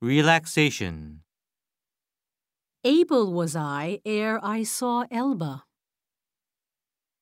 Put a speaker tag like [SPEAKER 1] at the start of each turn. [SPEAKER 1] Relaxation.
[SPEAKER 2] Able was I ere I saw Elba.